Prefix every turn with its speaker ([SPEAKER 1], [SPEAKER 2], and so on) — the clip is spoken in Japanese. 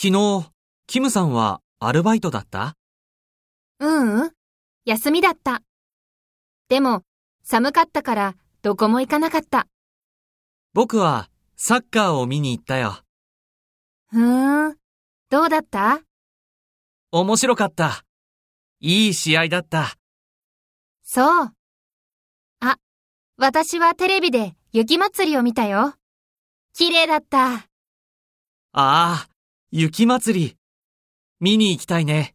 [SPEAKER 1] 昨日、キムさんはアルバイトだった
[SPEAKER 2] ううん、休みだった。でも、寒かったからどこも行かなかった。
[SPEAKER 1] 僕はサッカーを見に行ったよ。
[SPEAKER 2] ふーん、どうだった
[SPEAKER 1] 面白かった。いい試合だった。
[SPEAKER 2] そう。あ、私はテレビで雪祭りを見たよ。綺麗だった。
[SPEAKER 1] ああ、雪祭り。見に行きたいね。